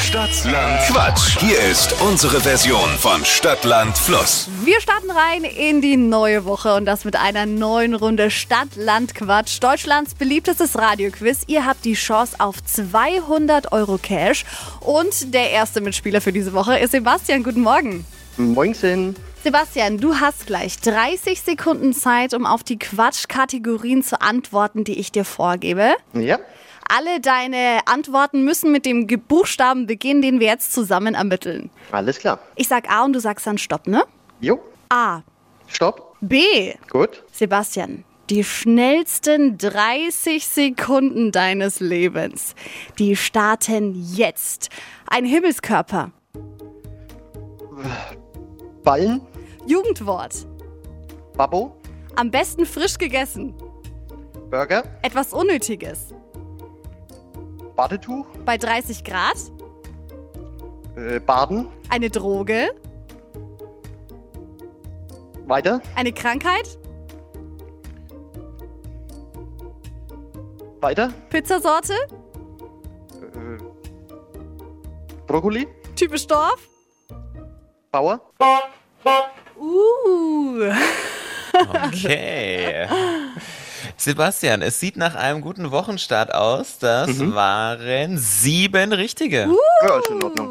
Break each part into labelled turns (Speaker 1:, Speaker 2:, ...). Speaker 1: Stadtland Quatsch. Hier ist unsere Version von Stadtland Fluss.
Speaker 2: Wir starten rein in die neue Woche und das mit einer neuen Runde Stadt-Land-Quatsch. Deutschlands beliebtestes Radioquiz. Ihr habt die Chance auf 200 Euro Cash. Und der erste Mitspieler für diese Woche ist Sebastian. Guten Morgen.
Speaker 3: Moinsen.
Speaker 2: Sebastian, du hast gleich 30 Sekunden Zeit, um auf die Quatschkategorien zu antworten, die ich dir vorgebe.
Speaker 3: Ja.
Speaker 2: Alle deine Antworten müssen mit dem Ge- Buchstaben beginnen, den wir jetzt zusammen ermitteln.
Speaker 3: Alles klar.
Speaker 2: Ich sag A und du sagst dann Stopp, ne?
Speaker 3: Jo.
Speaker 2: A.
Speaker 3: Stopp.
Speaker 2: B.
Speaker 3: Gut.
Speaker 2: Sebastian, die schnellsten 30 Sekunden deines Lebens, die starten jetzt. Ein Himmelskörper,
Speaker 3: Ballen.
Speaker 2: Jugendwort,
Speaker 3: Babbo.
Speaker 2: am besten frisch gegessen,
Speaker 3: Burger.
Speaker 2: etwas Unnötiges,
Speaker 3: Badetuch.
Speaker 2: bei 30 Grad,
Speaker 3: Äh, Baden.
Speaker 2: eine Droge,
Speaker 3: Weiter.
Speaker 2: eine Krankheit,
Speaker 3: Weiter.
Speaker 2: Pizzasorte,
Speaker 3: Äh, Brokkoli.
Speaker 2: typisch Dorf.
Speaker 3: Bauer.
Speaker 2: Uh,
Speaker 4: Okay. Sebastian, es sieht nach einem guten Wochenstart aus. Das waren sieben richtige.
Speaker 3: Ja, ist in Ordnung.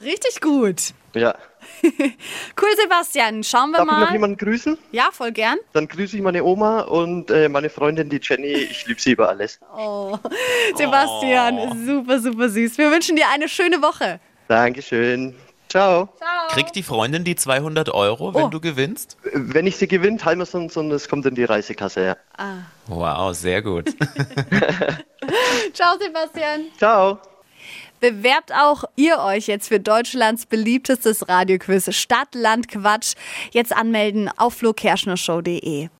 Speaker 2: richtig gut.
Speaker 3: Ja.
Speaker 2: Cool, Sebastian. Schauen wir
Speaker 3: Darf ich noch
Speaker 2: mal.
Speaker 3: jemanden grüßen?
Speaker 2: Ja, voll gern.
Speaker 3: Dann grüße ich meine Oma und äh, meine Freundin, die Jenny. Ich liebe sie über alles.
Speaker 2: Oh, Sebastian,
Speaker 3: Oh.
Speaker 2: super, super süß. Wir wünschen dir eine schöne Woche.
Speaker 3: Dankeschön. Ciao.
Speaker 4: Kriegt die Freundin die 200 Euro, wenn
Speaker 2: Oh.
Speaker 4: du gewinnst?
Speaker 3: Äh, Wenn ich sie gewinne, teilen wir es uns und es kommt in die Reisekasse. Ja.
Speaker 4: Wow, sehr gut.
Speaker 2: Ciao, Sebastian.
Speaker 3: Ciao.
Speaker 2: Bewerbt auch ihr euch jetzt für Deutschlands beliebtestes Radioquiz Stadt, Land, Quatsch. Jetzt anmelden auf flokerschnershow.de.